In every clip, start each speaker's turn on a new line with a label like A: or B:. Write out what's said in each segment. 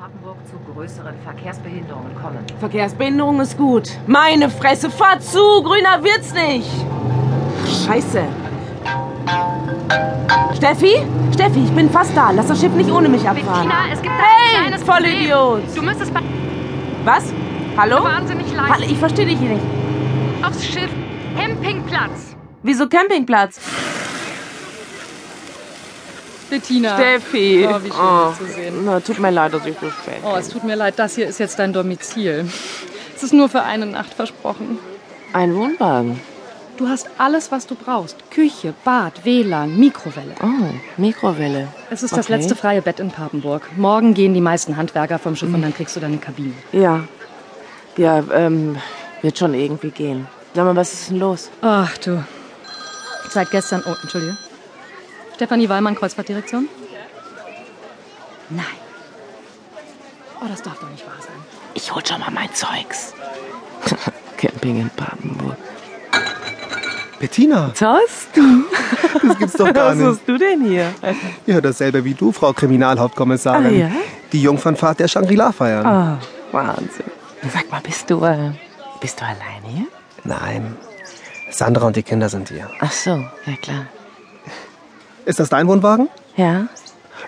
A: Hamburg um zu größeren Verkehrsbehinderungen kommen.
B: Verkehrsbehinderung ist gut. Meine Fresse, fahr zu, grüner wird's nicht. Scheiße. Steffi? Steffi, ich bin fast da. Lass das Schiff nicht ohne mich abfahren.
C: Bettina, es gibt da ein
B: hey,
C: kleines
B: Vollidiot.
C: Problem. Du müsstest bei
B: Was? Hallo?
C: wahnsinnig leise
B: Hallo, ich verstehe dich hier nicht.
C: aufs Schiff. Campingplatz.
B: Wieso Campingplatz?
D: Bettina.
B: Steffi.
D: Oh, wie schön, dich zu sehen.
B: Na, tut mir leid, dass ich so spät
D: Oh, es tut mir leid, das hier ist jetzt dein Domizil. Es ist nur für eine Nacht versprochen.
B: Ein Wohnwagen.
D: Du hast alles, was du brauchst. Küche, Bad, WLAN, Mikrowelle.
B: Oh, Mikrowelle.
D: Es ist das
B: Okay.
D: letzte freie Bett in Papenburg. Morgen gehen die meisten Handwerker vom Schiff
B: Mhm.
D: und dann kriegst du deine Kabine.
B: Ja. Ja, ähm, wird schon irgendwie gehen. Sag mal, was ist denn los?
D: Ach du. Seit gestern. Oh, entschuldige. Stefanie Wallmann, Kreuzfahrtdirektion? Nein. Oh, das darf doch nicht wahr sein.
B: Ich hol schon mal mein Zeugs. Camping in Papenburg.
E: Bettina,
B: Thorsten,
E: das gibt's doch gar
B: was
E: nicht.
B: machst du denn hier?
E: Ja, dasselbe wie du, Frau Kriminalhauptkommissarin.
B: Ah, ja?
E: Die Jungfernfahrt der Shangri-La feiern.
B: Oh, Wahnsinn. Sag mal, bist du, äh, bist du alleine hier?
E: Nein, Sandra und die Kinder sind hier.
B: Ach so, ja klar.
E: Ist das dein Wohnwagen?
B: Ja?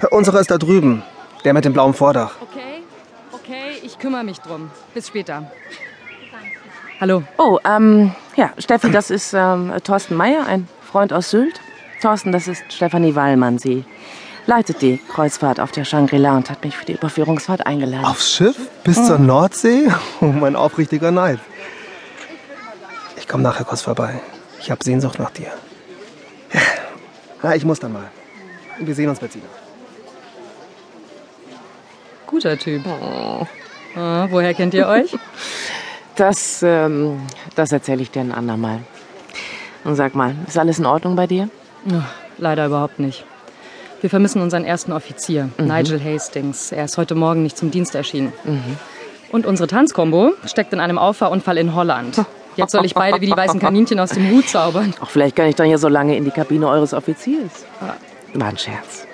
E: Äh, Unserer ist da drüben. Der mit dem blauen Vordach.
D: Okay, okay, ich kümmere mich drum. Bis später. Hallo.
B: Oh, ähm, ja, Steffi, das ist ähm, Thorsten Meyer, ein Freund aus Sylt. Thorsten, das ist Stefanie Wallmann. Sie leitet die Kreuzfahrt auf der Shangri-La und hat mich für die Überführungsfahrt eingeladen.
E: Aufs Schiff? Bis
B: Ah.
E: zur Nordsee? Oh, mein aufrichtiger Neid. Ich komme nachher kurz vorbei. Ich habe Sehnsucht nach dir. Na, ich muss dann mal. Wir sehen uns, Bettina.
D: Guter Typ. Ah, woher kennt ihr euch?
B: Das, ähm, das erzähle ich dir ein andermal. Und sag mal, ist alles in Ordnung bei dir?
D: Ach, Leider überhaupt nicht. Wir vermissen unseren ersten Offizier, Nigel Hastings. Er ist heute Morgen nicht zum Dienst erschienen. Und unsere Tanzkombo steckt in einem Auffahrunfall in Holland. Jetzt soll ich beide wie die weißen Kaninchen aus dem Hut zaubern.
B: Auch vielleicht kann ich dann ja so lange in die Kabine eures Offiziers. War ein Scherz.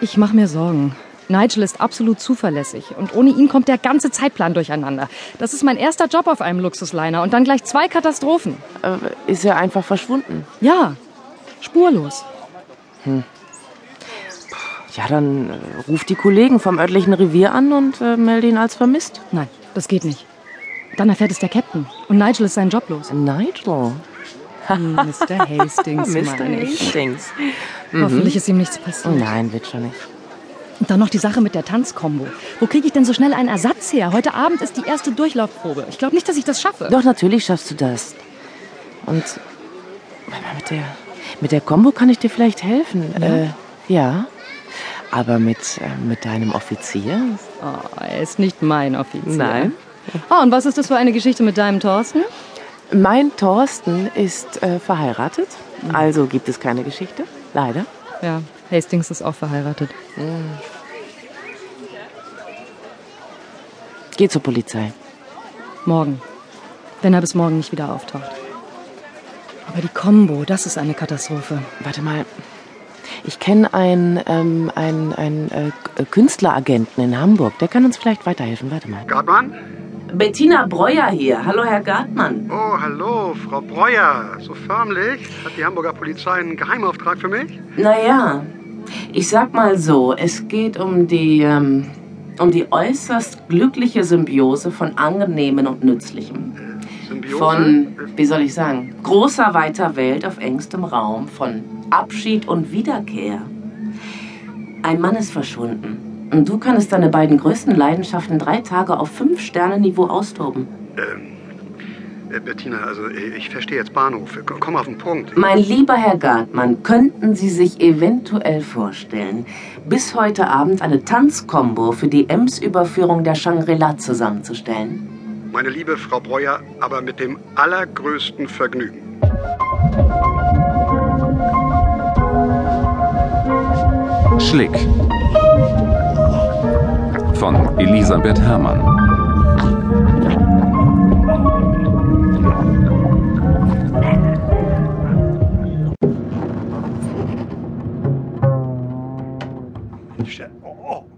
D: Ich mache mir Sorgen. Nigel ist absolut zuverlässig und ohne ihn kommt der ganze Zeitplan durcheinander. Das ist mein erster Job auf einem Luxusliner und dann gleich zwei Katastrophen.
B: Äh, Ist ja einfach verschwunden.
D: Ja, spurlos.
B: Ja, dann äh, ruf die Kollegen vom örtlichen Revier an und äh, melde ihn als vermisst.
D: Nein, das geht nicht. Dann erfährt es der Captain und Nigel ist seinen Job los.
B: Nigel.
D: Mr. Hastings,
B: Mr.
D: meine ich. Mhm.
B: Hastings. Oh
D: Hoffentlich ist ihm nichts passiert.
B: Nein, wird schon nicht.
D: Und dann noch die Sache mit der Tanzkombo. Wo kriege ich denn so schnell einen Ersatz her? Heute Abend ist die erste Durchlaufprobe. Ich glaube nicht, dass ich das schaffe.
B: Doch, natürlich schaffst du das. Und warte mal, mit der, mit der Kombo kann ich dir vielleicht helfen. Ja. Äh, ja. Aber mit, äh, mit deinem Offizier?
D: Oh, er ist nicht mein Offizier.
B: Nein.
D: Oh, und was ist das für eine Geschichte mit deinem Thorsten?
B: Mein Thorsten ist äh, verheiratet, also gibt es keine Geschichte, leider.
D: Ja, Hastings ist auch verheiratet.
B: Geh zur Polizei.
D: Morgen. Wenn er bis morgen nicht wieder auftaucht. Aber die Kombo, das ist eine Katastrophe.
B: Warte mal. Ich kenne einen, ähm, einen, einen äh, K- Künstleragenten in Hamburg, der kann uns vielleicht weiterhelfen. Warte mal.
F: Gartmann?
G: Bettina Breuer hier. Hallo, Herr Gartmann.
F: Oh, hallo, Frau Breuer. So förmlich. Hat die Hamburger Polizei einen Geheimauftrag für mich?
G: Naja, ich sag mal so, es geht um die, ähm, um die äußerst glückliche Symbiose von Angenehmen und Nützlichem.
F: Symbiose?
G: Von, wie soll ich sagen, großer weiter Welt auf engstem Raum, von Abschied und Wiederkehr. Ein Mann ist verschwunden. Und du kannst deine beiden größten Leidenschaften drei Tage auf Fünf-Sterne-Niveau austoben.
F: Äh, Bettina, also äh, ich verstehe jetzt Bahnhof. K- Komm auf den Punkt.
G: Mein lieber Herr Gartmann, könnten Sie sich eventuell vorstellen, bis heute Abend eine Tanzkombo für die Ems-Überführung der Shangri-La zusammenzustellen?
F: Meine liebe Frau Breuer, aber mit dem allergrößten Vergnügen.
H: Schlick von Elisabeth Herrmann.
F: Oh, oh,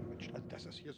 F: das ist hier so.